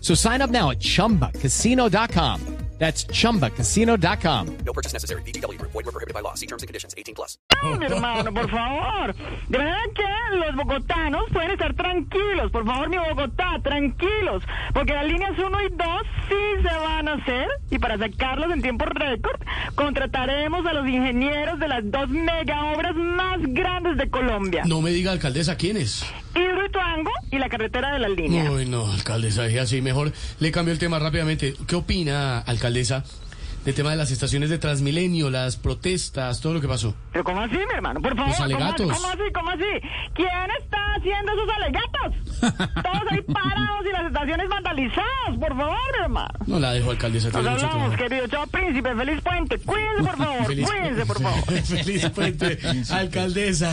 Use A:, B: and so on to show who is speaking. A: So sign up now at chumbacasino.com. That's chumbacasino.com.
B: No purchase necessary. VGW Group. Void were prohibited by law. See terms and conditions. 18 plus.
C: No, mi hermano, por favor. De manera que los bogotanos pueden estar tranquilos, por favor, mi Bogotá, tranquilos, porque las líneas 1 y 2 sí se van a hacer y para sacarlas en tiempo récord contrataremos a los ingenieros de las dos mega obras más grandes de Colombia,
D: No me diga, alcaldesa, ¿quién es?
C: Hidroituango y la carretera de la línea.
D: Uy, no, alcaldesa, dije así, mejor le cambio el tema rápidamente. ¿Qué opina, alcaldesa, del tema de las estaciones de Transmilenio, las protestas, todo lo que pasó?
C: Pero ¿cómo así, mi hermano? Por favor,
D: Los
C: ¿cómo así?
D: alegatos.
C: ¿cómo así? ¿Cómo así? ¿Quién está haciendo esos alegatos? Todos ahí parados y las estaciones vandalizadas, por favor, mi hermano.
D: No la dejo, alcaldesa,
C: Nos
D: tiene mucho
C: hablamos,
D: trabajo.
C: querido. Chao, príncipe. Feliz puente. Cuídense, por favor.
D: Feliz-
C: Cuídense, por favor.
D: Feliz puente, alcaldesa.